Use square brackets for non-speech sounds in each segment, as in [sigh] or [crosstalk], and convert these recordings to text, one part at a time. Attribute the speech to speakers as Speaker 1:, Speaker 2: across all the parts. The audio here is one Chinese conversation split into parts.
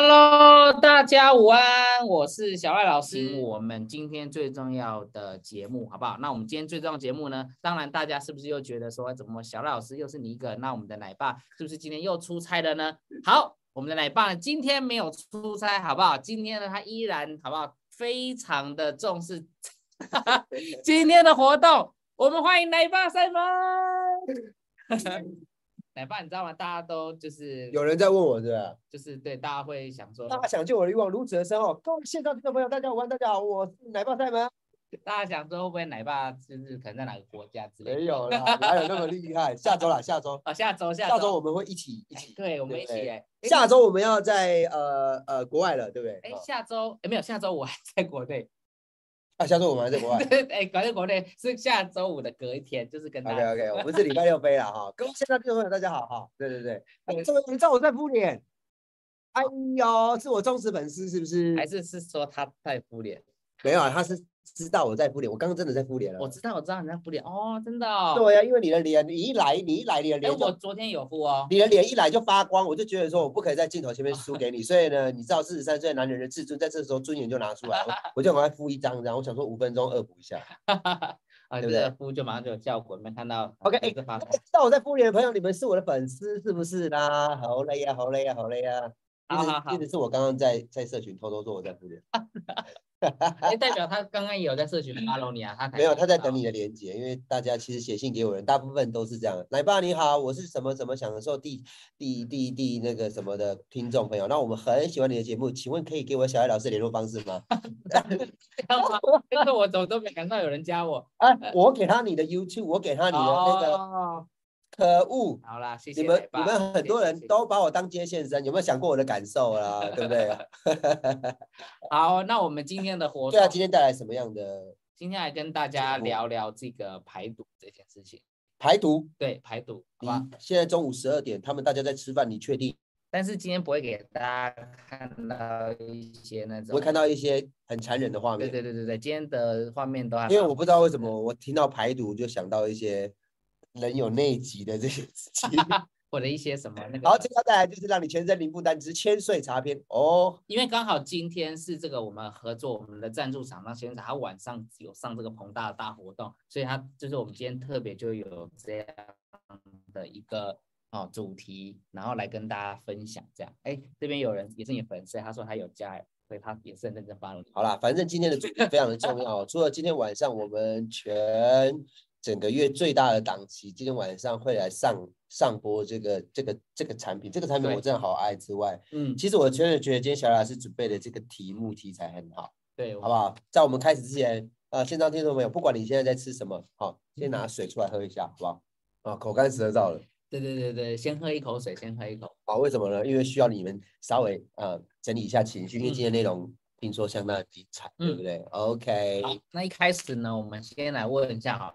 Speaker 1: Hello，大家午安，我是小赖老师。
Speaker 2: 嗯
Speaker 1: 我们今天最重要的节目，好不好？那我们今天最重要的节目呢，当然大家是不是又觉得说，怎么小赖老师又是你一个人？那我们的奶爸是不是今天又出差了呢？好，我们的奶爸呢今天没有出差，好不好？今天呢，他依然好不好？非常的重视 [laughs] 今天的活动，我们欢迎奶爸赛门。 [laughs] 奶爸，你知道吗？大家都就是
Speaker 2: 有人在问我，对吧？
Speaker 1: 就是对大家会想说，
Speaker 2: 大想救我的欲望如此的深厚。各位线上听众朋友，大家午安，大家好，我是奶爸赛门。
Speaker 1: 大家想说会不会奶爸就是可能在哪个国家之类的？
Speaker 2: 没有 [laughs] 啦，哪有那么厉害？下周啦，下周，
Speaker 1: 哦，下周下
Speaker 2: [laughs] 下周我们会一起一
Speaker 1: 哎
Speaker 2: 起。
Speaker 1: 对，我们一起
Speaker 2: 对不对
Speaker 1: 哎，诶
Speaker 2: 下周我们要在呃呃国外了，对不对？
Speaker 1: 哎下周哎没有下周我还在国内， [laughs]
Speaker 2: 啊，下周我们还在国 [laughs] 外。
Speaker 1: 哎反正国内是下周五的隔一天，就是跟大
Speaker 2: OK
Speaker 1: 家
Speaker 2: OK，我们是礼拜六飞了哈。各位线上听众朋友，大家好哈。对对 [laughs] 对，
Speaker 1: 对
Speaker 2: 啊这位你知道我在敷脸。哎呦，是我忠实粉丝是不是？
Speaker 1: 还是是说他太敷脸，
Speaker 2: 没有啊，他是知道我在敷脸，我刚刚真的在敷脸了。
Speaker 1: 我知道我知道你在敷脸哦，真的哦，
Speaker 2: 对啊呀、因为你的脸，你一来，你一来，你的
Speaker 1: 哎
Speaker 2: 脸就
Speaker 1: 我昨天有敷哦，
Speaker 2: 你的脸一来就发光，我就觉得说我不可以在镜头前面输
Speaker 1: [laughs]
Speaker 2: 给你，所以呢，你知道四十三岁男人的自尊在这时候尊严就拿出
Speaker 1: [laughs]
Speaker 2: 来，我我就赶快敷一张，然后我想说五分钟恶补一下。
Speaker 1: 啊
Speaker 2: 对
Speaker 1: 这
Speaker 2: 不
Speaker 1: 个
Speaker 2: 对
Speaker 1: 敷就马上就有效果，你们看到
Speaker 2: OK，
Speaker 1: 哎，这发
Speaker 2: 知道我在敷脸的朋友，你们是我的粉丝是不是啦？好嘞呀，好嘞呀，好嘞呀。
Speaker 1: 好好好
Speaker 2: 一直一直是我刚刚在在社群偷偷说我在敷脸，
Speaker 1: 哎代表他刚刚也有在社群 follow 你啊，他才
Speaker 2: 没有，
Speaker 1: 知
Speaker 2: 他在
Speaker 1: 道 [laughs]
Speaker 2: 等你的连接，因为大家其实写信给我的人，大部分都是这样。奶爸你好，我是什么什么享受第第第第那个什么的听众朋友，那我们很喜欢你的节目，请问可以给我小艾老师联络方式吗？ [laughs]
Speaker 1: 知道吗？ [laughs] 因为我怎么都没感到有人加我。
Speaker 2: 哎，我给他你的 YouTube，我给他你的那个，
Speaker 1: 哦，
Speaker 2: 可恶！
Speaker 1: 好啦，谢谢
Speaker 2: 你们
Speaker 1: 奶爸
Speaker 2: 你们很多
Speaker 1: 谢谢
Speaker 2: 人
Speaker 1: 谢谢
Speaker 2: 都把我当接线生，有没有想过我的感受
Speaker 1: [laughs]
Speaker 2: 啦？对不对？
Speaker 1: 好，那我们今天的活
Speaker 2: 对啊，
Speaker 1: 动，
Speaker 2: 今天带来什么样的
Speaker 1: 今天来跟大家
Speaker 2: 活
Speaker 1: 聊聊这个排毒这件事情。
Speaker 2: 排毒？
Speaker 1: 对，排毒，好
Speaker 2: 你
Speaker 1: 吧。
Speaker 2: 现在中午十二点，他们大家在吃饭，你确定
Speaker 1: 但是今天不会给大家看到一些那种，
Speaker 2: 不会看到一些很残忍的画
Speaker 1: 对
Speaker 2: 面？
Speaker 1: 对对对对，今天的画面都还
Speaker 2: 因为
Speaker 1: 蛮
Speaker 2: 我不知道为什么我听到排毒就想到一些人有内急的这些事
Speaker 1: [laughs]
Speaker 2: 情。
Speaker 1: 或者一些什么那
Speaker 2: 然
Speaker 1: 个，
Speaker 2: 后接下来就是让你全身零负担之千岁茶片哦，
Speaker 1: 因为刚好今天是这个我们合作我们的赞助厂商先生，他晚上有上这个彭大的大活动，所以他就是我们今天特别就有这样的一个哦主题，然后来跟大家分享这样。哎，这边有人也是你粉丝，他说他有加，所以他也是很认真发了。
Speaker 2: 好啦，反正今天的主题非常的重要哦。除了今天晚上我们全整个月最大的档期，今天晚上会来上上播这个这个这个产品，这个产品
Speaker 1: 对
Speaker 2: 我真的好爱之外，
Speaker 1: 嗯，
Speaker 2: 其实我真的觉得今天小老师准备的这个题目题材很好，
Speaker 1: 对，
Speaker 2: 好不好？在我们开始之前，呃，线上听众朋友，不管你现在在吃什么，好、先拿水出来喝一下，好不好？啊，口干舌燥了。
Speaker 1: 对对对对，先喝一口水，先喝一口。
Speaker 2: 好，为什么呢？因为需要你们稍微呃整理一下情绪，因为
Speaker 1: 嗯
Speaker 2: 今天内容听说相当的精彩，对不对？OK，
Speaker 1: 好，那一开始呢，我们先来问一下啊，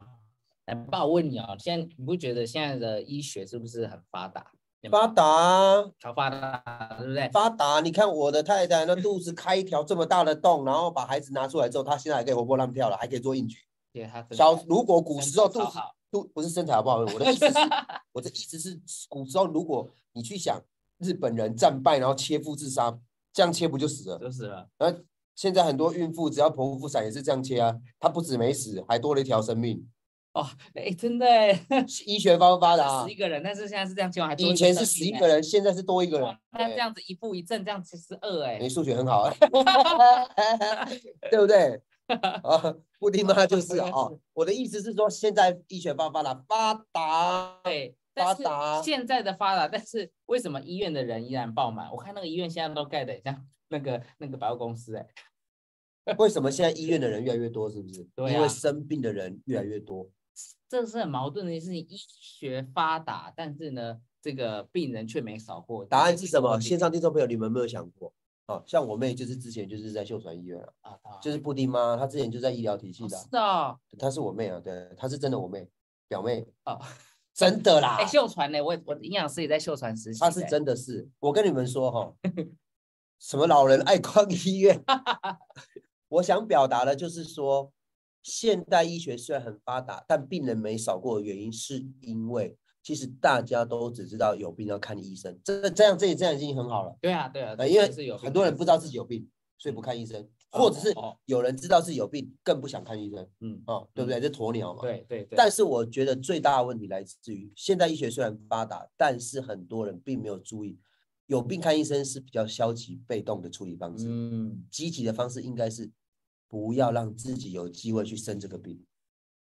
Speaker 1: 来爸，我问你啊，现在你不觉得现在的医学是不是很发达？有没有
Speaker 2: 发达
Speaker 1: 超发达，对不对？
Speaker 2: 发达，你看我的太太那肚子开一条这么大的洞，然后把孩子拿出来之后，她现在还可以活蹦乱跳了，还可以做硬举。
Speaker 1: 对，他
Speaker 2: 小如果古时候肚
Speaker 1: 超
Speaker 2: 子 [laughs]
Speaker 1: 好，
Speaker 2: 肚不是身材好不好？我的意思
Speaker 1: [laughs]
Speaker 2: 是，我的意思是，古时候如果你去想日本人战败然后切腹自杀，这样切不就
Speaker 1: [laughs]
Speaker 2: 死了？
Speaker 1: 就是了。
Speaker 2: 然后现在很多孕妇只要剖腹产也是这样切啊，她不止没死，还多了一条生
Speaker 1: [laughs]
Speaker 2: 命。
Speaker 1: 哦，哎，真的哎，
Speaker 2: 医学方发达、啊
Speaker 1: 十一，个人，但是现在是这样情况，还多
Speaker 2: 以
Speaker 1: 一
Speaker 2: 前
Speaker 1: 生
Speaker 2: 是十一
Speaker 1: 命
Speaker 2: 个人，现在是多一个
Speaker 1: 哎。
Speaker 2: 人
Speaker 1: 哇。那
Speaker 2: 对
Speaker 1: 这样子一步一阵，这样其实二哎
Speaker 2: 你，数学很好、 [laughs] 啊，对不对？
Speaker 1: [laughs]
Speaker 2: 啊，布丁妈就是啊、哦。我的意思是说，现在医学发发达，发达，
Speaker 1: 对。
Speaker 2: 发
Speaker 1: 但是
Speaker 2: 达
Speaker 1: 现在的发达，但是为什么医院的人依然爆满？我看那个医院现在都盖的像那个那个百货公司哎，
Speaker 2: 为什么现在医院的人越来越多？是不是？
Speaker 1: 对啊
Speaker 2: 因为生病的人越来越多。
Speaker 1: 这是很矛盾的事情。医学发达，但是呢，这个病人却没少过。
Speaker 2: 答案是什么？线
Speaker 1: 现
Speaker 2: 上听众朋友，你们有没有想过？哦，像我妹就是之前就是在秀传医院啊，
Speaker 1: 啊，
Speaker 2: 就是是布丁妈，她之前就在医疗体系
Speaker 1: 哦
Speaker 2: 的啊、
Speaker 1: 是哦，
Speaker 2: 她是我妹啊，对，她是真的我妹，表妹，
Speaker 1: 哦，
Speaker 2: 真的啦
Speaker 1: 哎，，秀传呢？我我营养师也在秀传实习的
Speaker 2: 她
Speaker 1: 欸，
Speaker 2: 啊是真的是，我跟你们说哈，什么老人爱逛医
Speaker 1: [laughs]
Speaker 2: 院，我想表达的就是说，现代医学虽然很发达，但病人没少过的原因是因为其实大家都只知道有病要看医生，这这样这这样已经很好了。
Speaker 1: 对啊，对啊，
Speaker 2: 呃，
Speaker 1: 这
Speaker 2: 因
Speaker 1: 是有
Speaker 2: 为很多人不知道自己
Speaker 1: 有，
Speaker 2: 有病，所以不看医生，
Speaker 1: 哦
Speaker 2: 或者是
Speaker 1: 哦
Speaker 2: 有人知道自己有病，更不想看医生
Speaker 1: 嗯，
Speaker 2: 啊、对不对？这鸵鸟嘛。。
Speaker 1: 对对对，
Speaker 2: 但是我觉得最大的问题来自于，现代医学虽然发达，但是很多人并没有注意，有病看医生是比较消极被动的处理方式，
Speaker 1: 嗯，
Speaker 2: 积极的方式应该是不要让自己有机会去生这个病，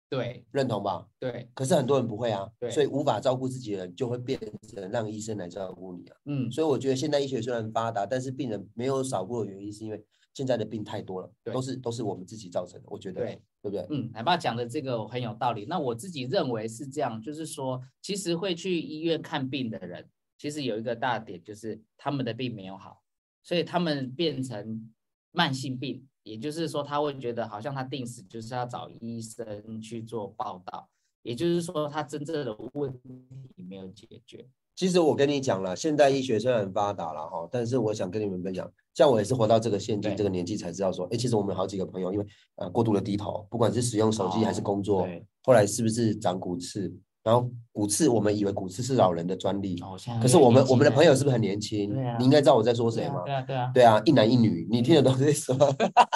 Speaker 1: 对
Speaker 2: 认同吧？
Speaker 1: 对，
Speaker 2: 可是很多人不会啊
Speaker 1: 对，
Speaker 2: 所以无法照顾自己的人就会变成让医生来照顾你啊。
Speaker 1: 嗯，
Speaker 2: 所以我觉得现代医学虽然发达，但是病人没有少过的原因是因为现在的病太多了，
Speaker 1: 对
Speaker 2: 都是都是我们自己造成的。我觉得
Speaker 1: 对，
Speaker 2: 对不对？
Speaker 1: 嗯，奶爸讲的这个很有道理。那我自己认为是这样，就是说，其实会去医院看病的人，其实有一个大点就是他们的病没有好，所以他们变成慢性病，也就是说他会觉得好像他定时就是要找医生去做报道，也就是说他真正的问题没有解决。
Speaker 2: 其实我跟你讲了，现代医学虽然发达了哈，但是我想跟你们分享，像我也是活到这个现今
Speaker 1: 对
Speaker 2: 这个年纪才知道说，哎，其实我们有好几个朋友因为呃过度的低头，不管是使用手机还是
Speaker 1: 哦
Speaker 2: 工作，
Speaker 1: 对，
Speaker 2: 后来是不是长骨刺？然后骨刺我们以为骨刺是老人的专利，
Speaker 1: 哦，现在
Speaker 2: 可是我们我们的朋
Speaker 1: 友
Speaker 2: 友是不是很年轻
Speaker 1: 对啊？
Speaker 2: 你应该知道我在说谁
Speaker 1: 对啊
Speaker 2: 吗？
Speaker 1: 对啊，对啊，
Speaker 2: 对啊，一男一女，你听得懂这什么？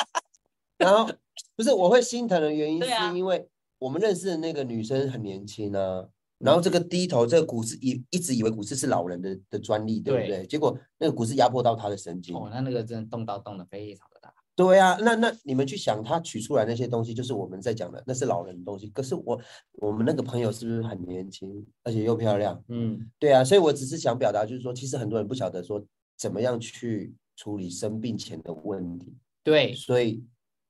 Speaker 2: [laughs] 然后不是我会心疼的原因，
Speaker 1: 对啊嗯
Speaker 2: 是因为我们认识的那个女生很年轻啊。然后这个低头，这个股市一一直以为股市是老人的的专利，对不
Speaker 1: 对
Speaker 2: 对？结果那个股市压迫到她的神经。
Speaker 1: 哦，那那个真的动刀动的非常的大，
Speaker 2: 对啊，那那你们去想，她取出来那些东西，就是我们在讲的，那是老人的东西。可是我我们那个朋友是不是很年轻，而且又漂亮？
Speaker 1: 嗯，
Speaker 2: 对啊，所以我只是想表达，就是说，其实很多人不晓得说怎么样去处理生病前的问题。
Speaker 1: 对，
Speaker 2: 所以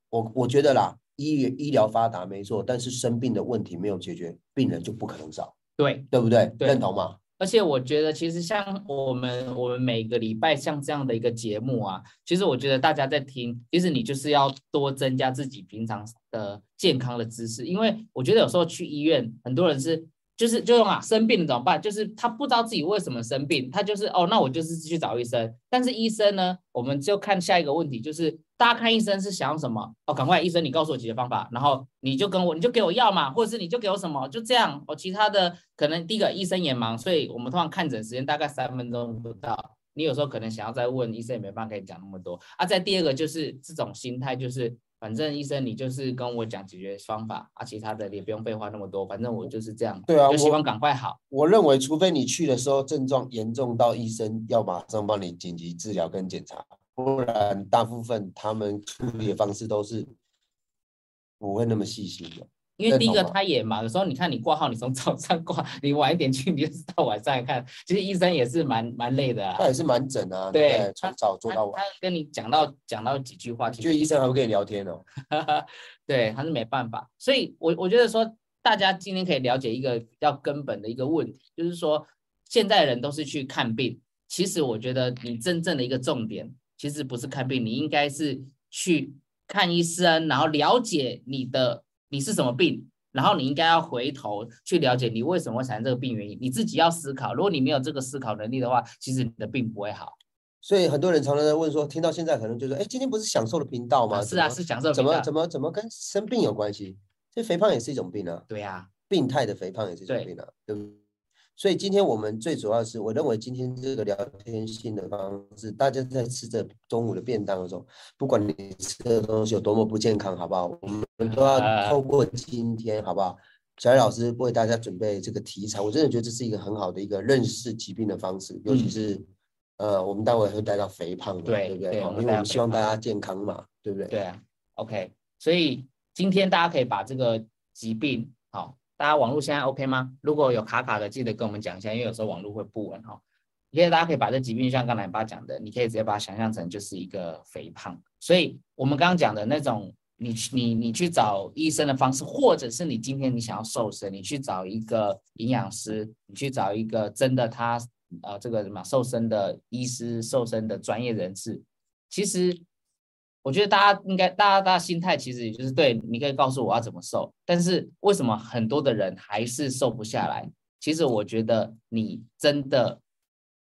Speaker 2: 我我觉得啦，医医疗发达没错，但是生病的问题没有解决，病人就不可能少，
Speaker 1: 对。
Speaker 2: 对不对？
Speaker 1: 对
Speaker 2: 认同吗？
Speaker 1: 而且我觉得，其实像我们我们每个礼拜像这样的一个节目啊，其实我觉得大家在听，其实你就是要多增加自己平常的健康的知识，因为我觉得有时候去医院，很多人是就是就用啊生病了怎么办？就是他不知道自己为什么生病，他就是哦，那我就是去找医生。但是医生呢，我们就看下一个问题，就是大家看医生是想要什么？哦，赶快医生，你告诉我解决方法，然后你就跟我，你就给我药嘛，或者是你就给我什么，就这样。哦，其他的可能第一个医生也忙，所以我们通常看诊时间大概三分钟不到。你有时候可能想要再问医生，也没办法跟你讲那么多啊。再第二个就是这种心态，就是反正医生你就是跟我讲解决方法啊，其他的你也不用废话那么多，反正我就是这样，
Speaker 2: 对啊
Speaker 1: 就希
Speaker 2: 我
Speaker 1: 望赶快好。
Speaker 2: 我认为，除非你去的时候症状严重到医生要马上帮你紧急治疗跟检查，不然大部分他们处理的方式都是不会那么细心的。
Speaker 1: 因为第一
Speaker 2: 认
Speaker 1: 个
Speaker 2: 同吗
Speaker 1: 他也忙，有时候你看你挂号，你从早上挂，你晚一点去，你就是到晚上来看，其实医生也是蛮蛮累的啊。
Speaker 2: 那也是蛮整啊，
Speaker 1: 对
Speaker 2: 不从早做
Speaker 1: 他
Speaker 2: 到晚
Speaker 1: 他，跟你讲到讲到几句话，其
Speaker 2: 就
Speaker 1: 实
Speaker 2: 医生还会跟你聊天哦。
Speaker 1: [laughs] 对他是没办法，所以我我觉得说大家今天可以了解一个比较根本的一个问题，就是说现在人都是去看病，其实我觉得你真正的一个重点，其实不是看病，你应该是去看医生，然后了解你的你是什么病，然后你应该要回头去了解你为什么会产生这个病原因，你自己要思考。如果你没有这个思考能力的话，其实你的病不会好。
Speaker 2: 所以很多人常常在问说，听到现在可能就说，哎，今天不是享受的频道吗？
Speaker 1: 是
Speaker 2: 怎
Speaker 1: 啊，
Speaker 2: 么
Speaker 1: 是享受
Speaker 2: 怎
Speaker 1: 比
Speaker 2: 么
Speaker 1: 较
Speaker 2: 怎么怎么跟生病有关系？这肥胖也是一种病啊，
Speaker 1: 对呀、
Speaker 2: 病态的肥胖也是一种
Speaker 1: 对
Speaker 2: 病啊，对不对？所以今天我们最主要是，我认为今天这个聊天性的方式，大家在吃着中午的便当的时候，不管你吃的东西有多么不健康，好不好？我们都
Speaker 1: 呃
Speaker 2: 要透过今天，好不好？小艾老师为大家准备这个题材，我真的觉得这是一个很好的一个认识疾病的方式，尤
Speaker 1: 嗯
Speaker 2: 其是呃，我们待会会带到肥胖嘛，
Speaker 1: 对
Speaker 2: 对不对？
Speaker 1: 对
Speaker 2: 哦
Speaker 1: 我们
Speaker 2: 因
Speaker 1: 带到
Speaker 2: 为我们
Speaker 1: 肥
Speaker 2: 希望大
Speaker 1: 胖
Speaker 2: 家健康嘛，对不对？
Speaker 1: 对啊，OK。所以今天大家可以把这个疾病，好、大家网络现在 OK 吗？如果有卡卡的，记得跟我们讲一下，因为有时候网络会不稳哈、哦。因为大家可以把这疾病，像刚才爸讲的，你可以直接把它想象成就是一个肥胖。所以我们刚刚讲的那种，你去你你去找医生的方式，或者是你今天你想要瘦身，你去找一个营养师，你去找一个真的他呃这个什么瘦身的医师、瘦身的专业人士，其实我觉得大家应该，大家大家心态其实也就是对，你可以告诉我要怎么瘦，但是为什么很多的人还是瘦不下来？其实我觉得你真的，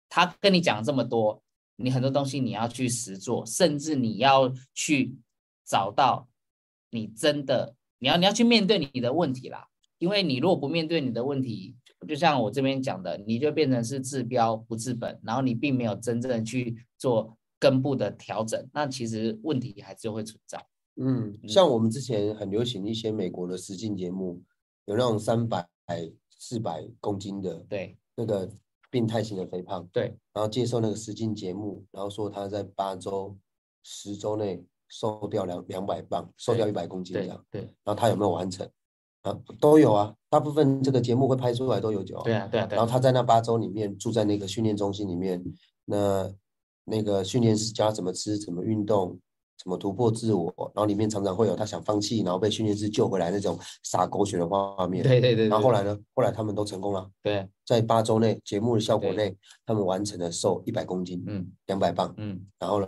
Speaker 1: 他跟你讲这么多，你很多东西你要去实做，甚至你要去找到你真的，你要你要去面对你的问题啦，因为你如果不面对你的问题，就像我这边讲的，你就变成是治标不治本，然后你并没有真正去做根部的调整，那其实问题还是会存在。
Speaker 2: 嗯，像我们之前很流行一些美国的实境节目，有那种三百、四百公斤的
Speaker 1: 对
Speaker 2: 那个病态型的肥胖，
Speaker 1: 对，
Speaker 2: 然后接受那个实境节目，然后说他在八周、十周内瘦掉两两百磅，瘦掉一百公斤这
Speaker 1: 对
Speaker 2: 样，
Speaker 1: 对
Speaker 2: 然后他有没有完成？啊，都有啊，大部分这个节目会拍出来都有九、啊，
Speaker 1: 对啊对啊对
Speaker 2: 然
Speaker 1: 啊
Speaker 2: 后他在那八周里面住在那个训练中心里面，那那个训练师教他怎么吃、怎么运动、怎么突破自我，然后里面常常会有他想放弃，然后被训练师救回来那种傻狗血的画面。
Speaker 1: 对对对。
Speaker 2: 然后后
Speaker 1: 对
Speaker 2: 来呢？后来他们都成功了，
Speaker 1: 对，
Speaker 2: 在八周内节目的效果
Speaker 1: 对
Speaker 2: 内，他们完成了瘦一百公斤、
Speaker 1: 嗯
Speaker 2: 两百磅。
Speaker 1: 嗯，
Speaker 2: 然后呢？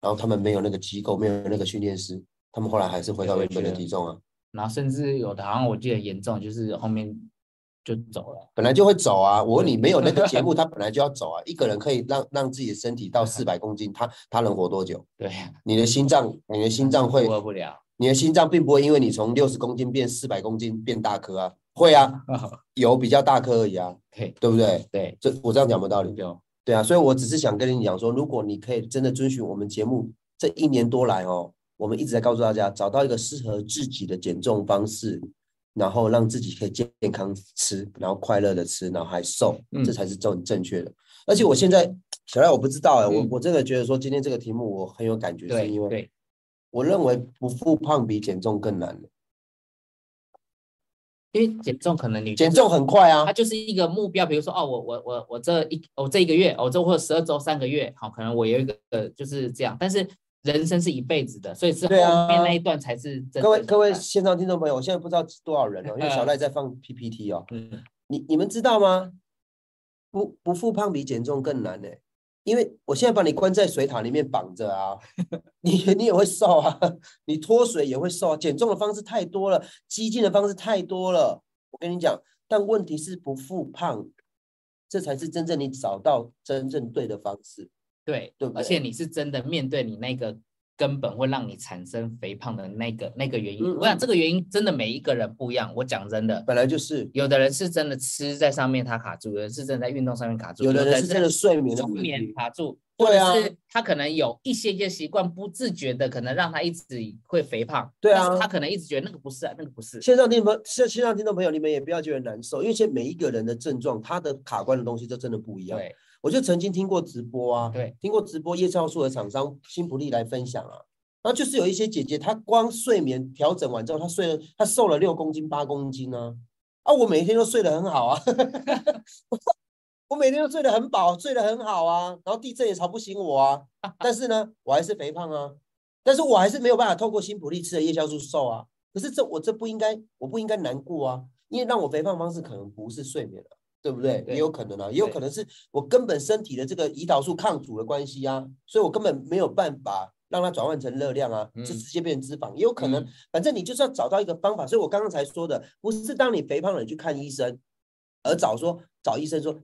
Speaker 2: 然后他们没有那个机构，没有那个训练师，他们后来还是回
Speaker 1: 就
Speaker 2: 到
Speaker 1: 回
Speaker 2: 原本
Speaker 1: 去
Speaker 2: 的
Speaker 1: 了
Speaker 2: 体重啊。
Speaker 1: 然后甚至有的好像我记得严重就是后面就走了，
Speaker 2: 本来就会走啊！我问
Speaker 1: 对
Speaker 2: 你，没有那个节目，他本来就要走啊。一个人可以让让自己的身体到四百公斤，他他能活多久？
Speaker 1: 对，
Speaker 2: 你的心脏，你的心脏会
Speaker 1: 负，荷不了，
Speaker 2: 你的心脏并不会因为你从六十公斤变四百公斤变大颗啊，会啊，有比较大颗而已啊，
Speaker 1: [laughs] 对
Speaker 2: 对不对？
Speaker 1: 对，
Speaker 2: 这我这样讲有没有道理？
Speaker 1: 有
Speaker 2: 对啊，所以我只是想跟你讲说，如果你可以真的遵循我们节目这一年多来哦，我们一直在告诉大家，找到一个适合自己的减重方式，然后让自己可以健康吃，然后快乐的吃，然后还瘦，
Speaker 1: 嗯
Speaker 2: 这才是正正确的。而且我现在小赖，我不知道哎、我
Speaker 1: 嗯
Speaker 2: 我真的觉得说今天这个题目我很有感觉，是
Speaker 1: 对
Speaker 2: 因为
Speaker 1: 对，
Speaker 2: 我认为不复胖比减重更难，
Speaker 1: 因为减重可能你
Speaker 2: 减重很快啊
Speaker 1: 它，就是一个目标，比如说哦，我我我我这一我这一个月，我哦这或十二周三个月，好，可能我有一个呃就是这样，但是人生是一辈子的，所以是后
Speaker 2: 对啊
Speaker 1: 面那一段才是真
Speaker 2: 各位
Speaker 1: 正
Speaker 2: 各位
Speaker 1: 的
Speaker 2: 线上听众朋友，我现在不知道多少人哦，因为
Speaker 1: 嗯
Speaker 2: 小赖在放 PPT 哦。
Speaker 1: 嗯，
Speaker 2: 你你们知道吗？不不复胖比减重更难呢、因为我现在把你关在水塔里面绑着啊， [laughs] 你你也会瘦啊，你脱水也会瘦啊，减重的方式太多了，激进的方式太多了。我跟你讲，但问题是不复胖，这才是真正你找到真正对的方式。
Speaker 1: 对
Speaker 2: 对不
Speaker 1: 而
Speaker 2: 对
Speaker 1: 且你是真的面对你那个根本会让你产生肥胖的那个那个原因，
Speaker 2: 嗯
Speaker 1: 我想
Speaker 2: 嗯
Speaker 1: 这个原因真的每一个人不一样，我讲真的。
Speaker 2: 本来就是，
Speaker 1: 有的人是真的吃在上面他卡住，有的人是真的在运动上面卡住，
Speaker 2: 有的人是
Speaker 1: 在
Speaker 2: 真的睡眠的
Speaker 1: 中
Speaker 2: 问
Speaker 1: 年
Speaker 2: 题，
Speaker 1: 卡住，或
Speaker 2: 对啊
Speaker 1: 者是他可能有一些些习惯，不自觉的可能让他一直会肥胖。
Speaker 2: 对啊
Speaker 1: 但是他可能一直觉得那个不是啊，那个不是。
Speaker 2: 线上听朋线线上听众朋友，你们也不要觉得难受，因为现在每一个人的症状，他的卡关的东西都真的不一样。
Speaker 1: 对
Speaker 2: 我就曾经听过直播啊，
Speaker 1: 对，
Speaker 2: 听过直播叶超素的厂商辛普利来分享啊，然后就是有一些姐姐，她光睡眠调整完之后，她睡了，她瘦了六公斤、八公斤啊，啊，我每天都睡得很好啊， [laughs] 我每天都睡得很饱，睡得很好啊，然后地震也吵不醒我啊，但是呢，我还是肥胖啊，但是我还是没有办法透过辛普利吃的叶酵素瘦啊，可是这我这不应该，我不应该难过啊，因为让我肥胖方式可能不是睡眠啊。对不对？
Speaker 1: 对
Speaker 2: 也有可能啊，也有
Speaker 1: 对
Speaker 2: 可能是我根本身体的这个胰岛素抗阻的关系啊，所以我根本没有办法让它转换成热量啊，
Speaker 1: 嗯
Speaker 2: 是直接变成脂肪，也有可能
Speaker 1: 嗯。
Speaker 2: 反正你就是要找到一个方法，所以我刚刚才说的，不是当你肥胖了你去看医生，而找说找医生说，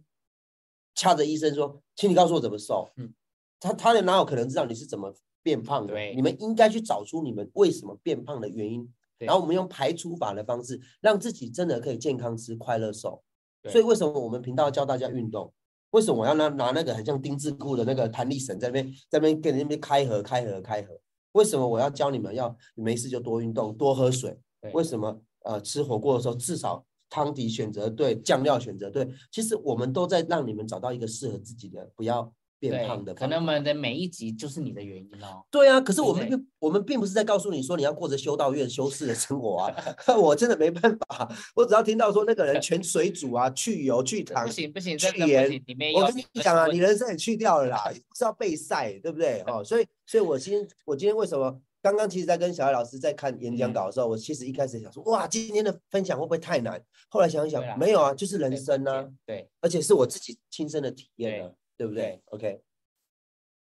Speaker 2: 掐着医生说，请你告诉我怎么瘦。
Speaker 1: 嗯，
Speaker 2: 他他哪有可能知道你是怎么变胖的？
Speaker 1: 对
Speaker 2: 你们应该去找出你们为什么变胖的原因，
Speaker 1: 对
Speaker 2: 然后我们用排除法的方式，让自己真的可以健康吃、快乐瘦。
Speaker 1: 对
Speaker 2: 所以为什么我们频道教大家运动？为什么我要拿拿那个很像丁字裤的那个弹力绳在那边在那边跟你那边开合开合开合？为什么我要教你们要没事就多运动多喝水？
Speaker 1: 对
Speaker 2: 为什么呃吃火锅的时候至少汤底选择对，酱料选择对？其实我们都在让你们找到一个适合自己的，不要变胖的
Speaker 1: 对，可
Speaker 2: 方
Speaker 1: 能我
Speaker 2: 法。
Speaker 1: 们的每一集就是你的原因哦。
Speaker 2: 对啊，可是我
Speaker 1: 对
Speaker 2: 们
Speaker 1: 不对
Speaker 2: 并我们并不是在告诉你说你要过着修道院修士的生活啊， [laughs] 我真的没办法，我只要听到说那个人全水煮啊、去油去糖
Speaker 1: 不，行不行，这
Speaker 2: 去
Speaker 1: 个不
Speaker 2: 盐
Speaker 1: 行，里面有
Speaker 2: 我跟你讲啊，你
Speaker 1: 的
Speaker 2: 人生也去掉了啦，不是要被晒，对不对？哦，所以，所以我今天，我今天为什么刚刚其实，在跟小艾老师在看演讲
Speaker 1: 嗯
Speaker 2: 稿的时候，我其实一开始想说，哇，今天的分享会不会太难？后来想一想
Speaker 1: 会啦，
Speaker 2: 没有啊，就是人生啊，，
Speaker 1: 对，
Speaker 2: 而且是我自己亲身的体验啊，对不对
Speaker 1: 对
Speaker 2: ？OK，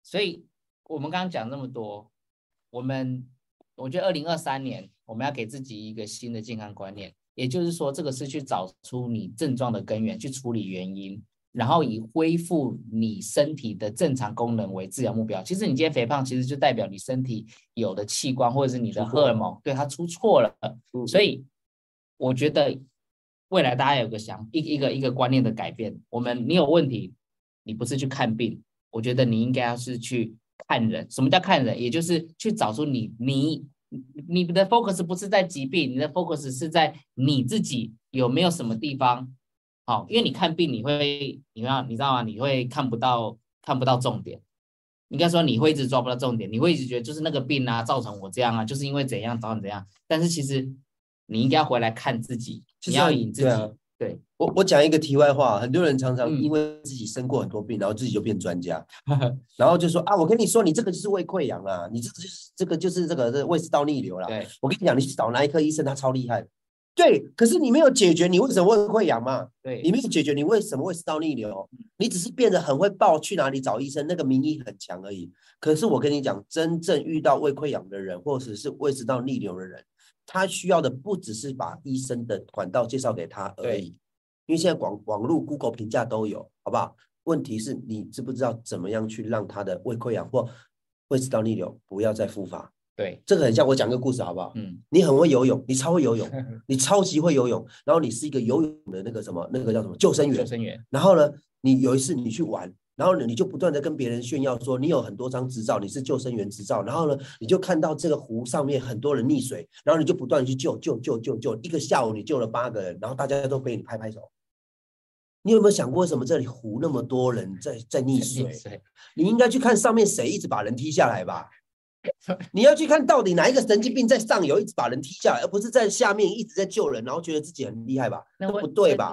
Speaker 1: 所以我们刚刚讲那么多，我们我觉得二零二三年我们要给自己一个新的健康观念，也就是说，这个是去找出你症状的根源，去处理原因，然后以恢复你身体的正常功能为治疗目标。其实你今天肥胖，其实就代表你身体有的器官或者是你的
Speaker 2: 出错
Speaker 1: 荷尔蒙对它出错了，
Speaker 2: 嗯
Speaker 1: 所以我觉得未来大家有个想一一个一个观念的改变。我们你有问题，你不是去看病，我觉得你应该要是去看人。什么叫看人？也就是去找出你你你的 focus 不是在疾病，你的 focus 是在你自己有没有什么地方好、因为你看病你会你要你知道吗？你会看不到看不到重点。应该说你会一直抓不到重点，你会一直觉得就是那个病啊，造成我这样啊，就是因为怎样造成怎样。但是其实你应该回来看自己，
Speaker 2: 就
Speaker 1: 你
Speaker 2: 像
Speaker 1: 要以自己
Speaker 2: 对啊
Speaker 1: 对，
Speaker 2: 我我讲一个题外话，很多人常常
Speaker 1: 嗯
Speaker 2: 因为自己生过很多病，然后自己就变专家，然后就说啊，我跟你说，你这个就是胃溃疡啦，你这个就是这个就是这个这个胃食道逆流啦。
Speaker 1: 对
Speaker 2: 我跟你讲，你去找哪一科医生，他超厉害。对，可是你没有解决你为什么胃溃疡嘛，
Speaker 1: 对
Speaker 2: 你没有解决你为什么胃食道逆流，你只是变得很会报去哪里找医生，那个名医很强而已。可是我跟你讲，真正遇到胃溃疡的人，或者是胃食道逆流的人，他需要的不只是把医生的管道介绍给他而
Speaker 1: 对
Speaker 2: 已，因为现在网网络、Google 评价都有，好不好？问题是你知不知道怎么样去让他的胃溃疡或胃食道逆流不要再复发？
Speaker 1: 对，
Speaker 2: 这个很像我讲个故事，好不好？
Speaker 1: 嗯，
Speaker 2: 你很会游泳，你超会 [laughs] 游泳，你超级会游泳，然后你是一个游泳的那个什么，那个叫什么救生员
Speaker 1: 救，生员，。
Speaker 2: 然后呢，你有一次你去玩，然后呢，你就不断的跟别人炫耀说你有很多张执照，你是救生员执照。然后呢，你就看到这个湖上面很多人溺水，然后你就不断的去救救救救救，一个下午你救了八个人，然后大家都被你拍拍手。你有没有想过，为什么这里湖那么多人在在溺水？你应该去看上面谁一直把人踢下来吧你要去看到底哪一个神经病在上游一直把人踢下来，而不是在下面一直在救人，然后觉得自己很厉害吧？
Speaker 1: 那
Speaker 2: 这
Speaker 1: 问
Speaker 2: 不对吧？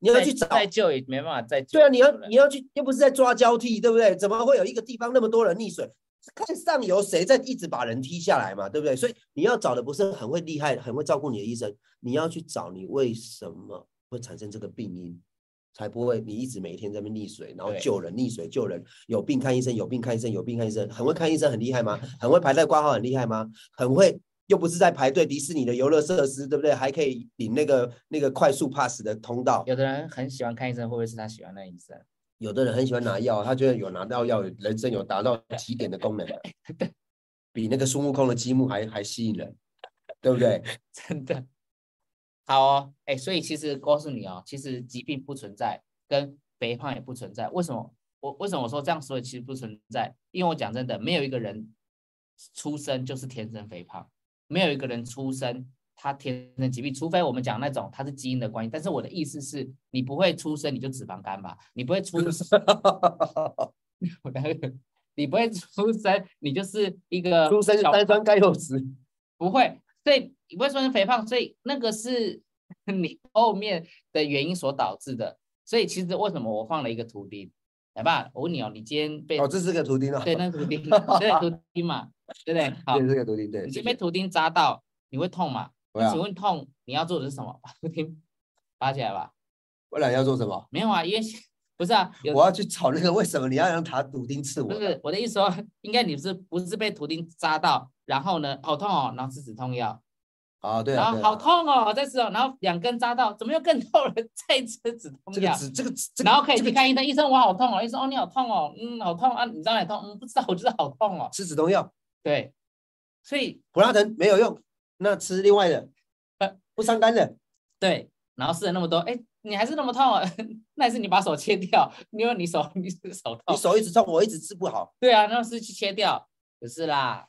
Speaker 2: 你要
Speaker 1: 再
Speaker 2: 去找
Speaker 1: 再救也没办法再救
Speaker 2: 对啊，你要
Speaker 1: 了
Speaker 2: 你要去，又不是在抓交替，对不对？怎么会有一个地方那么多人溺水？看上游谁在一直把人踢下来嘛，对不对？所以你要找的不是很会厉害、很会照顾你的医生，你要去找你为什么会产生这个病因，才不会你一直每一天在那边溺水，然后
Speaker 1: 对
Speaker 2: 救人、溺水救人，有病看医生，有病看医生，有病看医生，很会看医生很厉害吗？很会排队挂号很厉害吗？很会又不是在排队迪士尼的游乐设施，对不对？还可以领那个那个快速 pass 的通道，
Speaker 1: 有的人很喜欢看医生，会不会是他喜欢的医生？ [laughs]
Speaker 2: 有的人很喜欢拿药，他觉得有拿到药，人生有达到极点的功能，比那个孙悟空的积木还还吸引人，对不对？
Speaker 1: 真的。好哦，哎，所以其实告诉你哦，其实疾病不存在，跟肥胖也不存在。为什么？我为什么我说这样说的其实不存在？因为我讲真的，没有一个人出生就是天生肥胖，没有一个人出生他天生疾病，除非我们讲那种他是基因的关系。但是我的意思是，你不会出生你就脂肪肝吧？你不会出我刚刚你不会出生你就是一个
Speaker 2: 出生
Speaker 1: 小
Speaker 2: 单酸甘油脂，
Speaker 1: 不会，所以你不会说成肥胖，所以那个是 [laughs] 你后面的原因所导致的。所以其实为什么我放了一个图钉？来吧，我问你哦，你今天被、
Speaker 2: 哦，这是个图钉啊，
Speaker 1: 对那个图
Speaker 2: [laughs]
Speaker 1: 钉，对图钉嘛，对不对？好
Speaker 2: 对，，这是个图钉，对，啊
Speaker 1: 你
Speaker 2: 谢
Speaker 1: 今天被
Speaker 2: 谢
Speaker 1: 图钉扎到，你会痛吗？
Speaker 2: 我要
Speaker 1: 请问痛你要做的是什么？把图钉拔起来吧。
Speaker 2: 我俩要做什么？
Speaker 1: 没有啊，因为 [laughs] 不是啊，有
Speaker 2: 我要去找那个为什么你要让他图钉刺我
Speaker 1: 不？是我的意思说， [laughs] 应该你是不是被图钉扎到，然后呢好痛哦，然后吃止痛药，
Speaker 2: 啊，对
Speaker 1: 然
Speaker 2: 啊，
Speaker 1: 后
Speaker 2: 对
Speaker 1: 好
Speaker 2: 啊，
Speaker 1: 痛哦，再吃哦，然后两根扎到，怎么又更痛了？ [laughs] 再吃止痛
Speaker 2: 这个
Speaker 1: 药，
Speaker 2: 纸，这个纸，这个
Speaker 1: 然后可以
Speaker 2: 这
Speaker 1: 去
Speaker 2: 个
Speaker 1: 看医生，医生我好痛哦，医生哦你好痛哦，嗯好痛啊，你知道哪里痛？嗯不知道， [laughs] 我知道好痛哦。
Speaker 2: 吃止痛药，
Speaker 1: 对，所以
Speaker 2: 普拉疼没有用，那吃另外的，
Speaker 1: 呃
Speaker 2: 不伤肝的，
Speaker 1: 对，然后试了那么多，哎，你还是那么痛哦， [laughs] 那还是你把手切掉，因为你手 [laughs] 你是手
Speaker 2: 你
Speaker 1: 痛，
Speaker 2: 手一直痛，我一直治不好，
Speaker 1: 对啊，那是去切掉，不是啦。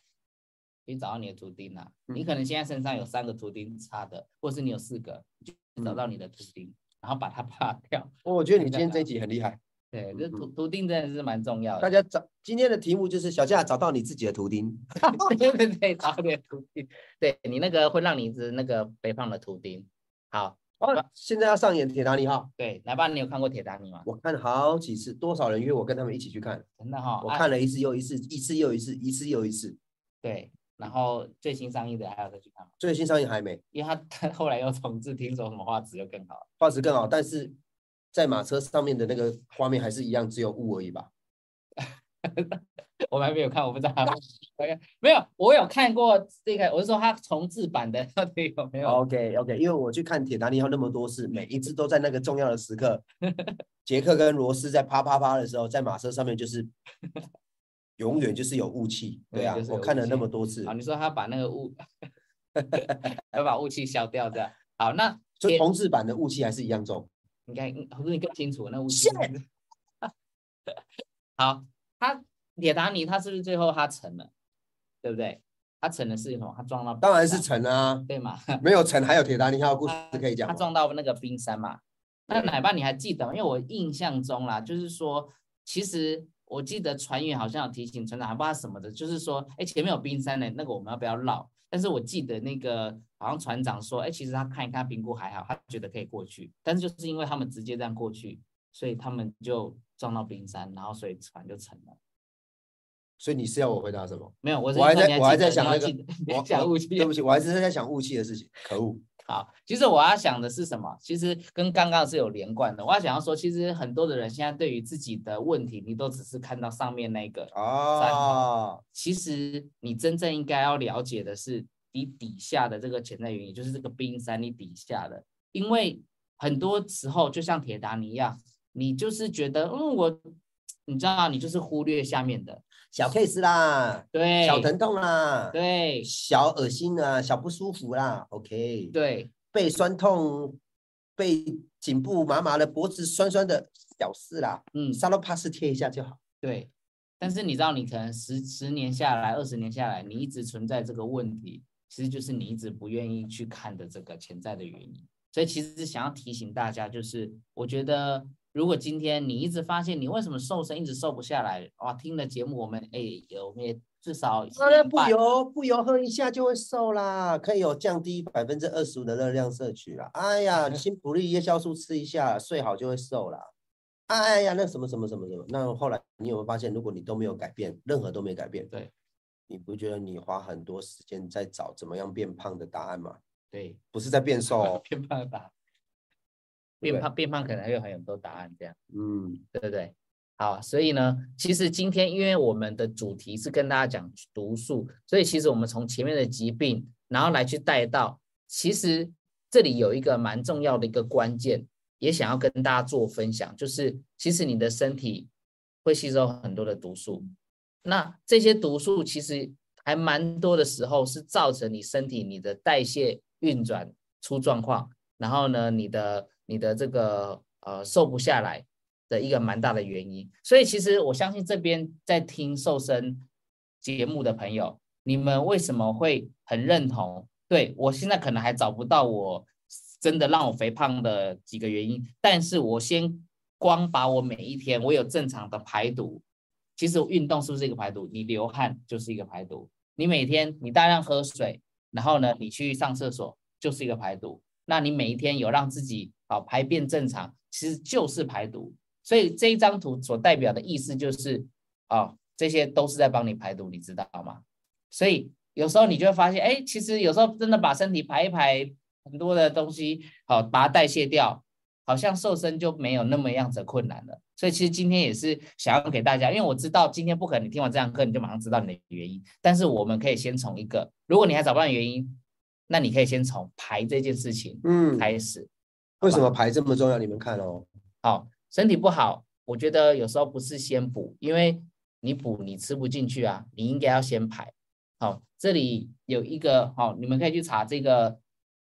Speaker 1: 你找到你的图钉啦、你
Speaker 2: 嗯
Speaker 1: 可能现在身上有三个图钉插的，或是你有四个，你就
Speaker 2: 嗯
Speaker 1: 找到你的图钉，然后把它 [laughs] 拔掉。
Speaker 2: 我觉得你今天这一集很厉害。
Speaker 1: 对，这
Speaker 2: 嗯
Speaker 1: 图图钉真的是蛮重要
Speaker 2: 大
Speaker 1: 的。
Speaker 2: 家找今天的题目就是小夏找到你自己的图钉，
Speaker 1: [laughs] 对对对，找点图钉，对你那个会让你一直那个肥胖的图钉。好，
Speaker 2: 哦，现在要上演《铁达尼号
Speaker 1: 对，来吧，你有看过《铁达尼》》，吗？
Speaker 2: 我看好几次，多少人约我跟他们一起去看，
Speaker 1: 真的哈、
Speaker 2: 我
Speaker 1: 啊
Speaker 2: 看了一次又一次，一次又一次，一次又一次，
Speaker 1: 对，然后最新上映的还有再去看吗？
Speaker 2: 最新上映还没，
Speaker 1: 因为他 [laughs] 他后来又重置，听说什么画质又更好。
Speaker 2: 画质更好，但是在马车上面的那个画面还是一样，只有雾而已吧。
Speaker 1: [laughs] 我们还没有看，我不知道。OK，没有，我有看过这个，我是说它重置版的 [laughs] 到底有没有？
Speaker 2: OK OK，因为我去看《铁达尼号》那么多次，每一次都在那个重要的
Speaker 1: [laughs]
Speaker 2: 时刻，杰克跟罗斯在啪啪啪的时候，在马车上面就是永远就是有雾气，对
Speaker 1: 对
Speaker 2: 啊
Speaker 1: 就，是
Speaker 2: 我
Speaker 1: 有
Speaker 2: 看
Speaker 1: 雾
Speaker 2: 了那
Speaker 1: 气
Speaker 2: 么多次
Speaker 1: [laughs] 好，，你说他把那个雾，要把雾气消掉，这样。好，那
Speaker 2: 所以
Speaker 1: 天
Speaker 2: 同志版的雾气还是一样重。
Speaker 1: 你看，不是你更清楚那五十 [laughs] 好，他铁达尼他是不是最后他沉了，对不对？他沉的是什么？他撞到
Speaker 2: 当然
Speaker 1: 冰
Speaker 2: 是
Speaker 1: 山
Speaker 2: 沉啊，
Speaker 1: 对嘛？
Speaker 2: 没有沉还有铁达尼号的故事可以讲嗯
Speaker 1: 他
Speaker 2: 吗。
Speaker 1: 撞到那个冰山嘛。那奶爸你还记得吗？因为我印象中啦，就是说，其实我记得船员好像有提醒船长，还不知道什么的，就是说，哎，前面有冰山呢、那个我们要不要绕？但是我记得那个好像船长说，哎，其实他看一看评估还好，他觉得可以过去。但是就是因为他们直接这样过去，所以他们就撞到冰山，然后所以船就沉了。
Speaker 2: 所以你是要我回答什么？
Speaker 1: 没有，我是
Speaker 2: 我还
Speaker 1: 看
Speaker 2: 在
Speaker 1: 你
Speaker 2: 我还
Speaker 1: 记
Speaker 2: 在
Speaker 1: 得
Speaker 2: 想
Speaker 1: 你要
Speaker 2: 那个
Speaker 1: 记得你
Speaker 2: 我
Speaker 1: 要 [laughs] 讲
Speaker 2: 我
Speaker 1: 武器
Speaker 2: 对不起，我还是在想雾气的事情。可恶，
Speaker 1: [laughs] 好，其实我要想的是什么？其实跟刚刚是有连贯的。我要想要说，其实很多的人现在对于自己的问题，你都只是看到上面那个，
Speaker 2: 哦，
Speaker 1: 其实你真正应该要了解的是你底下的这个潜在原因，就是这个冰山你底下的。因为很多时候就像铁达尼一样，你就是觉得，嗯，我，你知道，你就是忽略下面的，
Speaker 2: 小 case 啦，
Speaker 1: 对，
Speaker 2: 小疼痛啦，
Speaker 1: 对
Speaker 2: 小恶心啦，小不舒服啦，OK，
Speaker 1: 对，
Speaker 2: 背酸痛，背颈部麻麻的，脖子酸酸的，小事啦，
Speaker 1: 嗯，
Speaker 2: 沙漏帕斯贴一下就好。
Speaker 1: 对，但是你知道，你可能十十年下来、二十年下来，你一直存在这个问题，其实就是你一直不愿意去看的这个潜在的原因。所以其实想要提醒大家，就是我觉得，如果今天你一直发现你为什么瘦身一直瘦不下来，哇，听了节目我们哎，也我们也至少一
Speaker 2: 那
Speaker 1: 年
Speaker 2: 不
Speaker 1: 半
Speaker 2: 油不油喝一下就会瘦啦，可以有降低百分之二十五的热量摄取啦。哎呀，新普利叶酵素吃一下，睡好就会瘦啦。哎呀，那什么什么什么什么，那后来你有没有发现，如果你都没有改变，任何都没改变，
Speaker 1: 对，
Speaker 2: 你不觉得你花很多时间在找怎么样变胖的答案吗？
Speaker 1: 对，，
Speaker 2: 不是在变瘦、哦
Speaker 1: [laughs] 变胖吧，
Speaker 2: 对
Speaker 1: 变
Speaker 2: 不对
Speaker 1: 胖变胖可能会有很多答案这样。
Speaker 2: 嗯，
Speaker 1: 对不对？好，所以呢，其实今天因为我们的主题是跟大家讲毒素，所以其实我们从前面的疾病，然后来去带到，其实这里有一个蛮重要的一个关键，也想要跟大家做分享，就是其实你的身体会吸收很多的毒素，那这些毒素其实还蛮多的时候是造成你身体你的代谢运转出状况，然后呢，你的你的这个呃瘦不下来，的一个蛮大的原因。所以其实我相信这边在听瘦身节目的朋友，你们为什么会很认同？对我现在可能还找不到我真的让我肥胖的几个原因，但是我先光把我每一天我有正常的排毒，其实运动是不是一个排毒？你流汗就是一个排毒，你每天你大量喝水，然后呢你去上厕所就是一个排毒，那你每一天有让自己啊排便正常，其实就是排毒。所以这一张图所代表的意思就是，啊，这些都是在帮你排毒，你知道吗？所以有时候你就会发现，哎，其实有时候真的把身体排一排，很多的东西，好、把它代谢掉，好像瘦身就没有那么样子的困难了。所以其实今天也是想要给大家，因为我知道今天不可能你听完这堂课你就马上知道你的原因，但是我们可以先从一个，如果你还找不到原因，那你可以先从排这件事情
Speaker 2: 嗯，
Speaker 1: 开始。
Speaker 2: 为什么排这么重要？你们看哦，
Speaker 1: 好，身体不好，我觉得有时候不是先补，因为你补你吃不进去啊，你应该要先排。好，这里有一个好，你们可以去查这个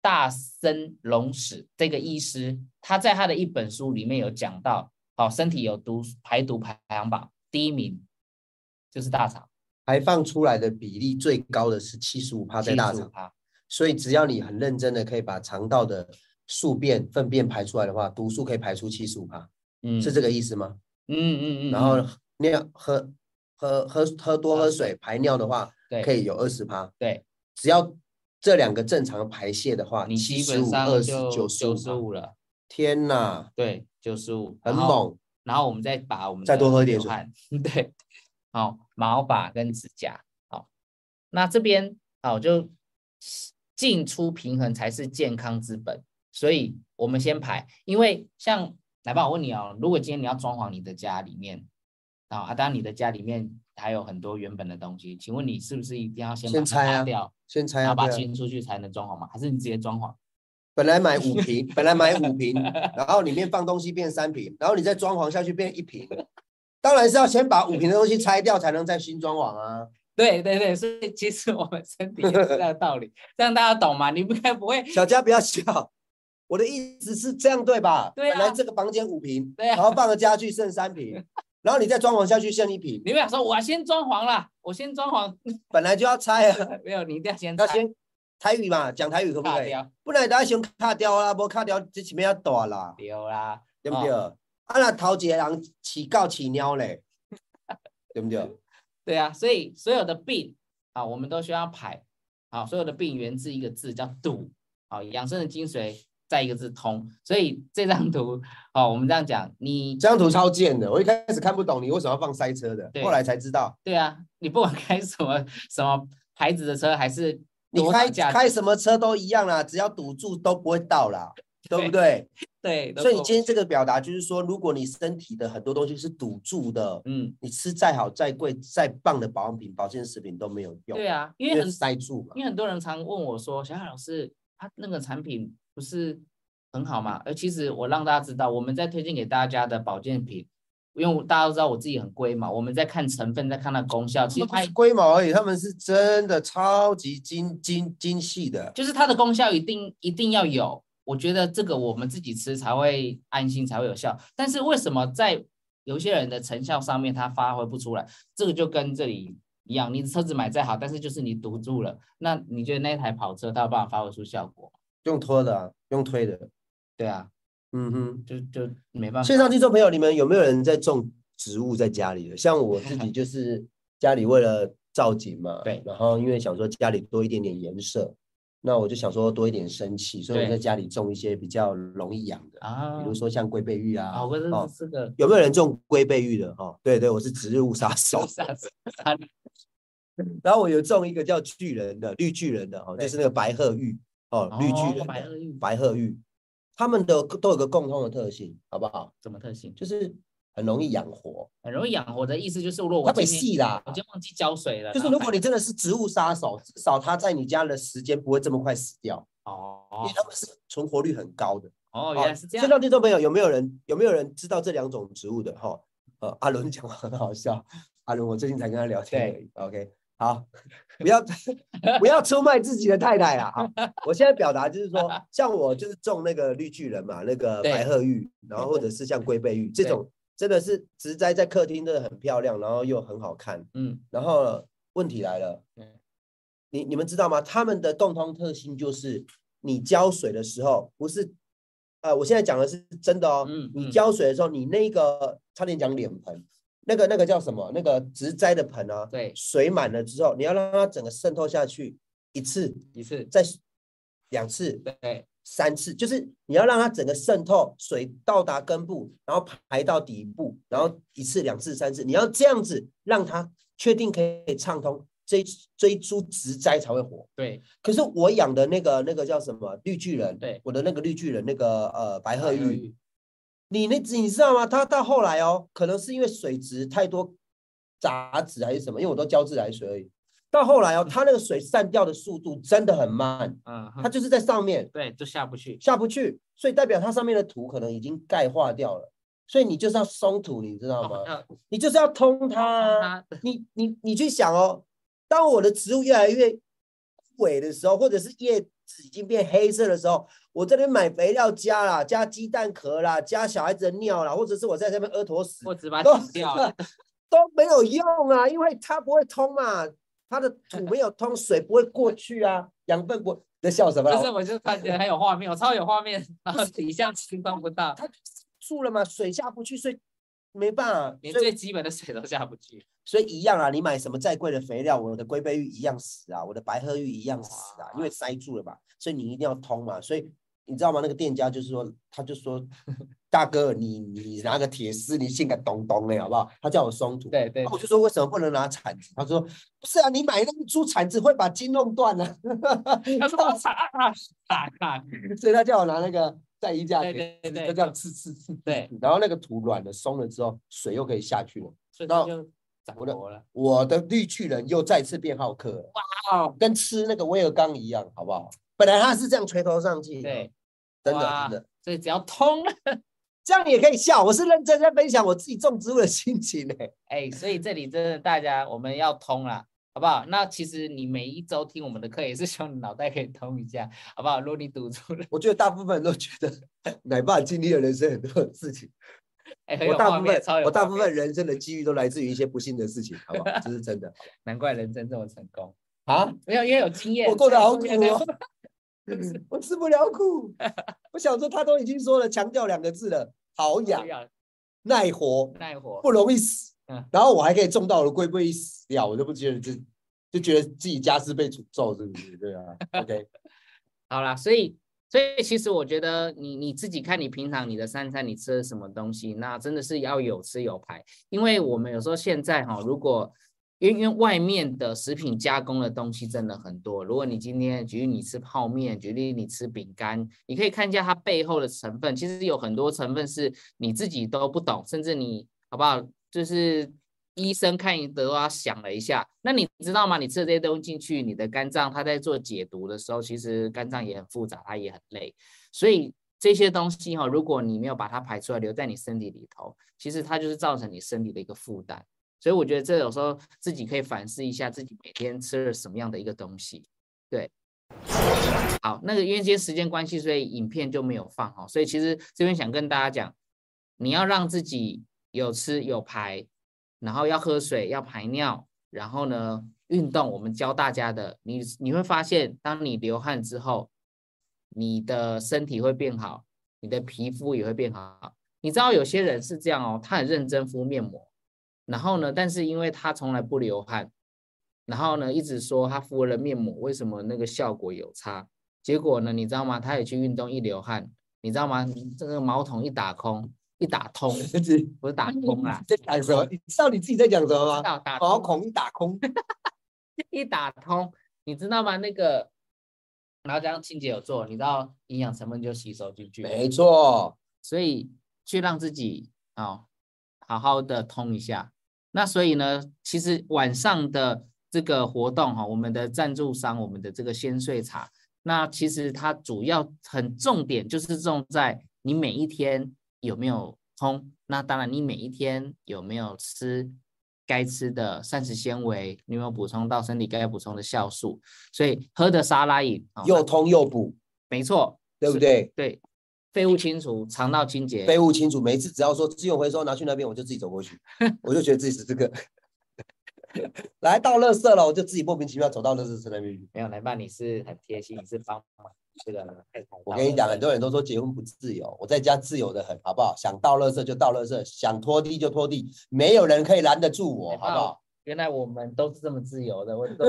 Speaker 1: 大森隆史这个医师，他在他的一本书里面有讲到，好，身体有毒排毒排行榜第一名就是大肠，
Speaker 2: 排放出来的比例最高的是七十五帕在大
Speaker 1: 75%
Speaker 2: 肠。所以只要你很认真的可以把肠道的宿便、粪便排出来的话，毒素可以排出七十五帕，
Speaker 1: 嗯，
Speaker 2: 是这个意思吗？
Speaker 1: 嗯嗯嗯，
Speaker 2: 然
Speaker 1: 嗯
Speaker 2: 后尿喝喝喝喝多喝水排尿的话，
Speaker 1: 对
Speaker 2: 可以有二十帕。
Speaker 1: 对，
Speaker 2: 只要这两个正常排泄的话，
Speaker 1: 你
Speaker 2: 七
Speaker 1: 基
Speaker 2: 十
Speaker 1: 本
Speaker 2: 五、
Speaker 1: 上
Speaker 2: 二十、
Speaker 1: 就
Speaker 2: 九十
Speaker 1: 九十
Speaker 2: 五，
Speaker 1: 五了，
Speaker 2: 天哪，
Speaker 1: 对，九十五，
Speaker 2: 很猛！
Speaker 1: 然后我们再把我们
Speaker 2: 再
Speaker 1: 的
Speaker 2: 多喝一点
Speaker 1: 流
Speaker 2: 水
Speaker 1: 汗， [laughs] 对，好、毛发跟指甲，好、那这边啊、我就进出平衡才是健康之本，所以我们先排，因为像奶爸，我问你哦，如果今天你要装潢你的家里面，啊、啊，当然你的家里面还有很多原本的东西，请问你是不是一定要先把它
Speaker 2: 先拆
Speaker 1: 拿
Speaker 2: 啊
Speaker 1: 掉，
Speaker 2: 先拆
Speaker 1: 然
Speaker 2: 啊，
Speaker 1: 后把它
Speaker 2: 对啊
Speaker 1: 清出去才能装潢吗？还是你直接装潢？ [laughs]
Speaker 2: 本来买五瓶，本来买五瓶，然后里面放东西变三瓶，然后你再装潢下去变一瓶，当然是要先把五瓶的东西拆掉，才能再新装潢啊。
Speaker 1: 对对对，所以其实我们身体也是这个道理，这样大家懂吗？你不该不会
Speaker 2: 小佳不要笑，我的意思是这样对吧？
Speaker 1: 对啊
Speaker 2: 本来这个房间五平，
Speaker 1: 对啊
Speaker 2: 然后放了家具剩三
Speaker 1: [laughs]
Speaker 2: 平，然后你再装潢下去剩一平，
Speaker 1: 你不要说我要先装潢啦，我先装潢，
Speaker 2: 本来就要拆啊，
Speaker 1: 没有，你一定要先
Speaker 2: 要
Speaker 1: 拆
Speaker 2: 先台语嘛，讲台语可不
Speaker 1: 卡
Speaker 2: 可以？
Speaker 1: 掉，
Speaker 2: 不然大家先卡掉啦，无卡掉这前面要大啦，
Speaker 1: 丢啦，
Speaker 2: 对不对？
Speaker 1: 哦
Speaker 2: 啊，那头一个人饲狗饲猫嘞， [laughs] 对不对？
Speaker 1: 对啊，所以所有的病啊，我们都需要排。好，所有的病源自一个字叫笃。好，养生的精髓在一个字通。所以这张图，好，我们这样讲，你
Speaker 2: 这张图超贱的，我一开始看不懂你为什么要放塞车的，
Speaker 1: 对
Speaker 2: 后来才知道，
Speaker 1: 对啊，你不管开什么什么牌子的车，还是
Speaker 2: 你
Speaker 1: 多
Speaker 2: 开
Speaker 1: 少价
Speaker 2: 开什么车都一样啦，只要堵住都不会
Speaker 1: [laughs]
Speaker 2: 到啦，对不对？
Speaker 1: 对，都
Speaker 2: 所以
Speaker 1: 够
Speaker 2: 今天这个表达就是说，如果你身体的很多东西是堵住的，
Speaker 1: 嗯，
Speaker 2: 你吃再好、再贵、再棒的保养品、保健食品都没有用，
Speaker 1: 对啊，因
Speaker 2: 因
Speaker 1: 为
Speaker 2: 为
Speaker 1: 很
Speaker 2: 塞住嘛。
Speaker 1: 因为很多人常问我说，小海老师，他那个产品不是很好吗？而其实我让大家知道，我们在推荐给大家的保健品，因为我大家都知道我自己很龟毛，我们在看成分，在看它的功效，其实
Speaker 2: 他们不
Speaker 1: 它
Speaker 2: 是龟毛而已，他们是真的超级精精精细的。
Speaker 1: 就是它的功效一定一定要有。我觉得这个我们自己吃才会安心，才会有效。但是为什么在有些人的成效上面它发挥不出来？这个就跟这里一样，你车子买再好，但是就是你堵住了，那你觉得那台跑车它有办法发挥出效果吗？
Speaker 2: 用拖的、啊，用推的。
Speaker 1: 对啊，
Speaker 2: 嗯哼，
Speaker 1: 就就没办法。
Speaker 2: 线上听众朋友，你们有没有人在种植物在家里的？像我自
Speaker 1: [laughs]
Speaker 2: 己就是家里为了造景嘛，
Speaker 1: 对
Speaker 2: 然后因为想说家里多一点点颜色，那我就想说多一点生气，所以我
Speaker 1: 对
Speaker 2: 在家里种一些比较容易养的，
Speaker 1: 啊
Speaker 2: 比如说像龟背玉啊。
Speaker 1: 啊，我这
Speaker 2: 哦
Speaker 1: 是这个
Speaker 2: 有没有人种龟背玉的？哦，对对，我是植物杀手。
Speaker 1: 啥啥
Speaker 2: 然后我有种一个叫巨人的绿巨人的哦，
Speaker 1: 对
Speaker 2: 就是那个白鹤玉哦，绿巨人的
Speaker 1: 白鳄鱼
Speaker 2: 白鹤玉，它们的都有个共通的特性，好不好？
Speaker 1: 什么特性？
Speaker 2: 就是很容易养活，
Speaker 1: 很容易养活的意思就是，如果
Speaker 2: 它
Speaker 1: 我
Speaker 2: 被
Speaker 1: 今天
Speaker 2: 细啦
Speaker 1: 我。今天忘记浇水了，
Speaker 2: 就是
Speaker 1: 然后
Speaker 2: 如果你真的是植物杀手，至少它在你家的时间不会这么快死掉，因
Speaker 1: 哦
Speaker 2: 为它们是存活率很高的。
Speaker 1: 哦，
Speaker 2: 哦
Speaker 1: 原来是这样
Speaker 2: 线。上听众朋友，有没有人有没有人知道这两种植物的？哈、呃，阿伦讲话很好笑。阿伦，我最近才跟他聊天而已。OK，好，不要 [laughs] 不要出卖自己的太太啦。好，我现在表达就
Speaker 1: [laughs]
Speaker 2: 是说，像我就是种那个绿巨人嘛，那个
Speaker 1: 对
Speaker 2: 白鹤玉，然后或者是像龟背玉这
Speaker 1: 对
Speaker 2: 种，真的是植栽在客厅真的很漂亮，然后又很好看。
Speaker 1: 嗯，
Speaker 2: 然后问题来了
Speaker 1: 嗯，
Speaker 2: 你你们知道吗？它们的共通特性就是，你浇水的时候不是，呃，我现在讲的是真的哦。
Speaker 1: 嗯嗯
Speaker 2: 你浇水的时候，你那个差点讲脸盆，那个那个叫什么？那个植栽的盆啊，
Speaker 1: 对
Speaker 2: 水满了之后，你要让它整个渗透下去一次，
Speaker 1: 一次，
Speaker 2: 再两次，
Speaker 1: 对，
Speaker 2: 三次，就是你要让它整个渗透水到达根部，然后排到底部，然后一次、两次、三次，你要这样子让它确定可以畅通，这一这一株植栽才会活。
Speaker 1: 对，
Speaker 2: 可是我养的那个那个叫什么绿巨人，
Speaker 1: 对
Speaker 2: 我的那个绿巨人那个呃白
Speaker 1: 白
Speaker 2: 鹤
Speaker 1: 鳄
Speaker 2: 玉，
Speaker 1: 鱼
Speaker 2: 你那只你知道吗？它到后来哦，可能是因为水质太多杂质还是什么，因为我都浇自来水而已。到后来哦，它那个水散掉的速度真的很慢，
Speaker 1: 嗯，
Speaker 2: 它就是在上面，
Speaker 1: 对，就下不去。
Speaker 2: 下不去，所以代表它上面的土可能已经钙化掉了，所以你就是要松土，你知道
Speaker 1: 哦
Speaker 2: 吗？
Speaker 1: 要
Speaker 2: 你就是要通它啊。
Speaker 1: 它
Speaker 2: 你你你去想哦，当我的植物越来越萎的时候，或者是叶子已经变黑色的时候，我这边买肥料加啦，加鸡蛋壳啦，加小孩子的尿啦，或者是我在这边阿陀死，
Speaker 1: 我只
Speaker 2: [laughs]
Speaker 1: 把
Speaker 2: 都
Speaker 1: 它挤掉了。
Speaker 2: 都没有用啊，因为它不会通嘛，它的土没有通，水不会过去啊，养分不。你在笑什么
Speaker 1: 不
Speaker 2: 啦？
Speaker 1: 是，我就发现很有画面，我超有画面，然后一下轻松不到，
Speaker 2: 它住了嘛，水下不去，所以没办法。
Speaker 1: 连
Speaker 2: 所以
Speaker 1: 最基本的水都下不去。
Speaker 2: 所以一样啊，你买什么再贵的肥料，我的龟背玉一样死啊，我的白鹤玉一样死啊，因为塞住了嘛，所以你一定要通嘛。所以你知道吗？那个店家就是说，他
Speaker 1: [laughs]
Speaker 2: 就说，大哥，你你拿个铁丝，你先给咚咚嘞，好不好？他叫我松土。
Speaker 1: 对对
Speaker 2: 那，我就说为什么不能拿铲子？他说不是啊，你买那一株铲子会把筋弄断啊，
Speaker 1: 他说我擦啊擦啊，
Speaker 2: [laughs] 所以他叫我拿那个晒衣架
Speaker 1: 对
Speaker 2: 给
Speaker 1: 对对
Speaker 2: 就这样刺刺刺，
Speaker 1: 对，
Speaker 2: 然后那个土软了松了之后，水又可以下去了。
Speaker 1: 所以
Speaker 2: 那
Speaker 1: 它就长
Speaker 2: 我的
Speaker 1: 活了。
Speaker 2: 我的绿巨人又再次变好客了，
Speaker 1: 哦，
Speaker 2: 跟吃那个威尔刚一样，好不好？本来他是这样垂头丧气的，
Speaker 1: 对，
Speaker 2: 真的
Speaker 1: 哇
Speaker 2: 真的，
Speaker 1: 所以只要通了，
Speaker 2: 这样也可以笑。我是认真在分享我自己种植物的心情呢、欸
Speaker 1: 哎，所以这里真的大家我们要通了。好不好？那其实你每一周听我们的课，也是希望你脑袋可以通一下，好不好？如果你堵住了，
Speaker 2: 我觉得大部分人都觉得奶爸经历了人生很多的事情，
Speaker 1: 哎，很
Speaker 2: 我
Speaker 1: 有
Speaker 2: 大
Speaker 1: 画
Speaker 2: 部
Speaker 1: 面，
Speaker 2: 分
Speaker 1: 超有
Speaker 2: 我大
Speaker 1: 画
Speaker 2: 部
Speaker 1: 面
Speaker 2: 分人生的机遇都来自于一些不幸的事情，好不好？这是
Speaker 1: [laughs]
Speaker 2: 真的。
Speaker 1: 难怪人生这么成功，
Speaker 2: 啊，
Speaker 1: [laughs] 没有因为有经验，
Speaker 2: 我过得
Speaker 1: 所以
Speaker 2: 好
Speaker 1: 后
Speaker 2: 苦
Speaker 1: 面才
Speaker 2: 哦，嗯我吃不了
Speaker 1: [laughs]
Speaker 2: 苦。我想说，他都已经说了强调两个字了，好
Speaker 1: 会
Speaker 2: 养、
Speaker 1: 要
Speaker 2: 耐活，
Speaker 1: 耐火，
Speaker 2: 不容易死
Speaker 1: 嗯。
Speaker 2: 然后我还可以中到了，会不会死掉？我就不觉得这，就觉得自己家是被诅咒，是不是？对
Speaker 1: [laughs]
Speaker 2: 啊，OK，
Speaker 1: 好啦，所以所以其实我觉得你你自己看你平常你的三餐你吃的什么东西，那真的是要有吃有排，因为我们有时候现在哈、如果因为因为外面的食品加工的东西真的很多，如果你今天举例你吃泡面，举例你吃饼干，你可以看一下它背后的成分，其实有很多成分是你自己都不懂，甚至你好不好，就是医生看你都要想了一下。那你知道吗？你吃了这些东西进去，你的肝脏它在做解毒的时候，其实肝脏也很复杂，它也很累。所以这些东西哈、如果你没有把它排出来，留在你身体里头，其实它就是造成你身体的一个负担。所以我觉得这有时候自己可以反思一下，自己每天吃了什么样的一个东西。对，好，那个因为今天时间关系，所以影片就没有放哈、所以其实这边想跟大家讲，你要让自己有吃有排，然后要喝水，要排尿，然后呢运动。我们教大家的，你你会发现，当你流汗之后，你的身体会变好，你的皮肤也会变好。你知道有些人是这样哦，他很认真敷面膜，然后呢，但是因为他从来不流汗，然后呢一直说他敷了面膜，为什么那个效果有差？结果呢，你知道吗？他也去运动，一流汗，你知道吗？这个毛筒一打空，一打通，
Speaker 2: 这是
Speaker 1: 不是打空
Speaker 2: [laughs]
Speaker 1: 啦，
Speaker 2: 在讲什么？你知道你自己在讲什么
Speaker 1: 知
Speaker 2: 吗？
Speaker 1: 道打
Speaker 2: 啊
Speaker 1: 啊
Speaker 2: 毛
Speaker 1: 通
Speaker 2: 孔一打空，
Speaker 1: 一打通，你知道吗？那个，然后加上清洁有做，你知道营养成分就吸收进去，
Speaker 2: 没错，
Speaker 1: 所以去让自己哦好好的通一下。那所以呢，其实晚上的这个活动哈、我们的赞助商，我们的这个鲜睡茶，那其实它主要很重点就是重在你每一天有没有通，那当然你每一天有没有吃该吃的膳食纤维，你有没有补充到身体该补充的酵素，所以喝的沙拉饮、哦、
Speaker 2: 又通又补，
Speaker 1: 没错，
Speaker 2: 对不
Speaker 1: 是
Speaker 2: 对？
Speaker 1: 对，废物清除、肠道清洁，
Speaker 2: 废物清楚，每一次只要说资源回收拿去那边，我就自己走过
Speaker 1: [laughs]
Speaker 2: 去，我就觉得自己是这个。 [laughs] 来到垃圾了，我就自己莫名其妙走到垃圾车那边去。
Speaker 1: 没有来吧？你是很贴心，你是帮忙这个太太。
Speaker 2: 我跟你讲，很多人都说结婚不自由，我在家自由的很，好不好？想倒垃圾就倒垃圾，想拖地就拖地，没有人可以拦得住我，
Speaker 1: 没
Speaker 2: 好不好？
Speaker 1: 原来我们都是这么自由的，我都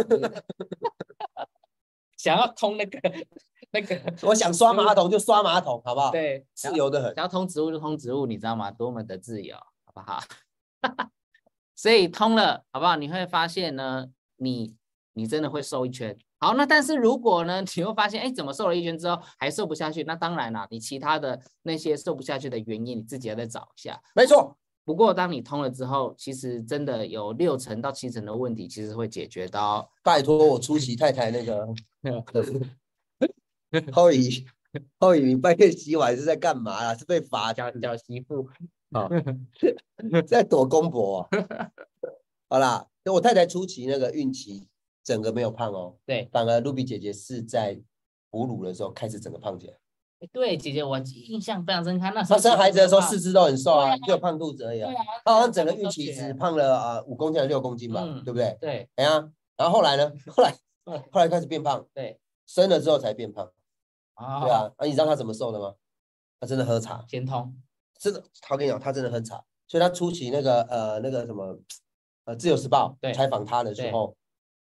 Speaker 1: 想要通那个那个，
Speaker 2: 我想刷马桶就刷马桶，好不好？
Speaker 1: 对，
Speaker 2: 自由的很。
Speaker 1: 想要通植物就通植物，你知道吗？多么的自由，好不好？ [laughs] 所以通了，好不好？你会发现呢，你你真的会瘦一圈。好，那但是如果呢，你会发现，哎，怎么瘦了一圈之后还瘦不下去？那当然啦，你其他的那些瘦不下去的原因，你自己要再找一下。
Speaker 2: 没错，
Speaker 1: 不过，当你通了之后，其实真的有六成到七成的问题，其实会解决的哦。
Speaker 2: 拜托我出席太太那个后姨，后姨，你半夜洗碗是在干嘛啦？是被
Speaker 1: [laughs]
Speaker 2: 罚
Speaker 1: 小小啊媳
Speaker 2: [laughs]
Speaker 1: 妇，
Speaker 2: 在躲公婆、啊。好啦，那我太太初期那个孕期整个没有胖哦，
Speaker 1: 对
Speaker 2: 反而露比姐姐是在哺乳的时候开始整个胖起来。
Speaker 1: 诶对，姐姐，我印象非常深
Speaker 2: [laughs]
Speaker 1: 刻。那时
Speaker 2: 她
Speaker 1: 候
Speaker 2: 生孩子
Speaker 1: [laughs]
Speaker 2: 的时候
Speaker 1: 其
Speaker 2: 四
Speaker 1: 实
Speaker 2: 肢都很瘦啊，
Speaker 1: 对啊
Speaker 2: 只有胖肚子而已
Speaker 1: 胖，
Speaker 2: 啊
Speaker 1: 对。啊，
Speaker 2: 她好像
Speaker 1: 那
Speaker 2: 整个
Speaker 1: 时候
Speaker 2: 孕
Speaker 1: 都
Speaker 2: 期
Speaker 1: 觉
Speaker 2: 只
Speaker 1: 得
Speaker 2: 胖了啊五公斤还是六公斤吧，
Speaker 1: 嗯
Speaker 2: 对不对？
Speaker 1: 对
Speaker 2: 哎呀，然后后来呢？ [laughs] 后来后来开始变胖，
Speaker 1: 对，
Speaker 2: 生了之后才变胖。
Speaker 1: 啊
Speaker 2: 对啊，那、你知道她怎么瘦的吗？她真的喝茶。
Speaker 1: 先通，
Speaker 2: 真的，我跟你讲，他真的很惨。所以他出席那个呃那个什么呃《自由时报
Speaker 1: 对》
Speaker 2: 采访他的时
Speaker 1: 对
Speaker 2: 候，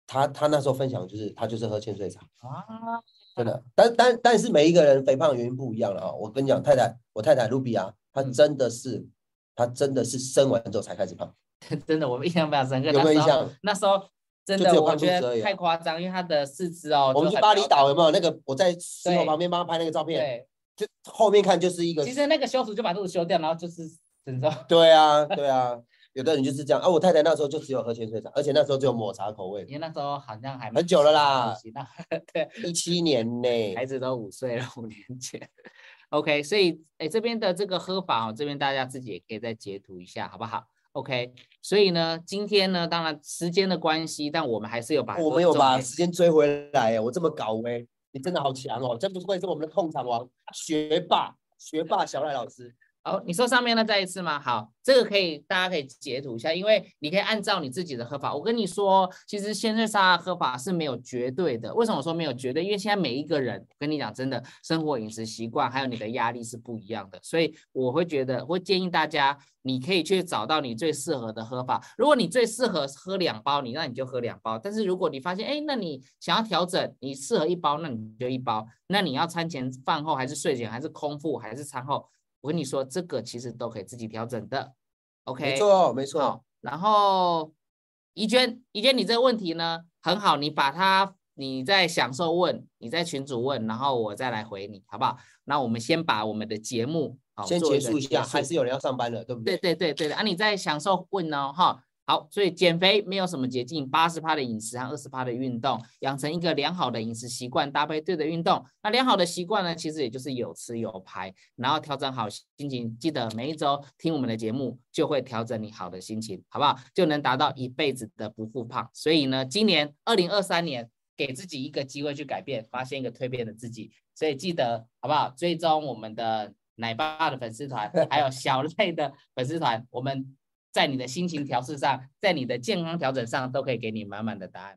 Speaker 2: 他他那时候分享就是他就是喝千岁茶，
Speaker 1: 啊， [laughs]
Speaker 2: 真的。但但但是每一个人肥胖的原因不一样了啊、我跟你讲，太太，我太太露比啊，她
Speaker 1: 嗯
Speaker 2: 真的是，她真的是生完之后才开始胖，
Speaker 1: 真的，我印象非常深刻。
Speaker 2: 有没有
Speaker 1: 那
Speaker 2: 印
Speaker 1: 时候？
Speaker 2: 象？
Speaker 1: 那时候真
Speaker 2: 就
Speaker 1: 的，
Speaker 2: 只有
Speaker 1: 我
Speaker 2: 胖肚
Speaker 1: 觉
Speaker 2: 子而
Speaker 1: 得
Speaker 2: 已啊
Speaker 1: 太夸张，因为他的四肢哦，
Speaker 2: 我们
Speaker 1: 就
Speaker 2: 去
Speaker 1: 很
Speaker 2: 巴厘
Speaker 1: 苗条
Speaker 2: 岛有没有那个？我在石头
Speaker 1: 对
Speaker 2: 旁边帮他拍那个照片，
Speaker 1: 对，
Speaker 2: 就后面看就是一个
Speaker 1: 其实那个修图就把肚子修掉，然后就是整个，
Speaker 2: 对啊，对啊，有的人就是这样啊。我太太那时候就只有喝千岁茶，而且那时候只有抹茶口味
Speaker 1: [laughs] 因为那时候好像还蛮
Speaker 2: 很久了啦
Speaker 1: 熟悉那对，
Speaker 2: 一七年呢、
Speaker 1: 孩子都五岁了，五年前。OK，所以哎，诶这边的这个喝法哦，这边大家自己也可以再截图一下，好不好 OK，所以呢，今天呢，当然时间的关系，但我们还是有把很
Speaker 2: 我
Speaker 1: 多
Speaker 2: 们有
Speaker 1: 重
Speaker 2: 把
Speaker 1: 点
Speaker 2: 时间追回来，我这么搞哎，你真的好强哦！真不愧是我们的控场王，学霸，学霸小赖老师。
Speaker 1: 哦，你说上面那再一次吗？好，这个可以，大家可以截图一下，因为你可以按照你自己的喝法。我跟你说，其实鲜萃沙拉喝法是没有绝对的。为什么我说没有绝对？因为现在每一个人，我跟你讲真的，生活饮食习惯还有你的压力是不一样的，所以我会觉得，会建议大家，你可以去找到你最适合的喝法。如果你最适合喝两包，你那你就喝两包。但是如果你发现，哎，那你想要调整，你适合一包，那你就一包。那你要餐前、饭后还是睡前，还是空腹，还是餐后？我跟你说，这个其实都可以自己调整的。OK，
Speaker 2: 没错，哦没错
Speaker 1: 好，，然后怡娟，怡娟，你这个问题呢很好，你把它你在享受问，你在群主问，然后我再来回你，好不好？那我们先把我们的节目好
Speaker 2: 先
Speaker 1: 做
Speaker 2: 结
Speaker 1: 个
Speaker 2: 束一下，还
Speaker 1: 束
Speaker 2: 是有人要上班了，对不
Speaker 1: 对
Speaker 2: 对？
Speaker 1: 对对对的啊！你在享受问哦，哈。好，所以减肥没有什么捷径，八十趴的饮食和二十趴的运动，养成一个良好的饮食习惯，搭配对的运动。那良好的习惯呢，其实也就是有吃有排，然后调整好心情。记得每一周听我们的节目，就会调整你好的心情，好不好？就能达到一辈子的不复胖。所以呢，今年二零二三年，给自己一个机会去改变，发现一个蜕变的自己。所以记得好不好？追踪我们的奶爸的粉丝团，还有小赖的粉丝团，我们在你的心情调试上，在你的健康调整上，都可以给你满满的答案。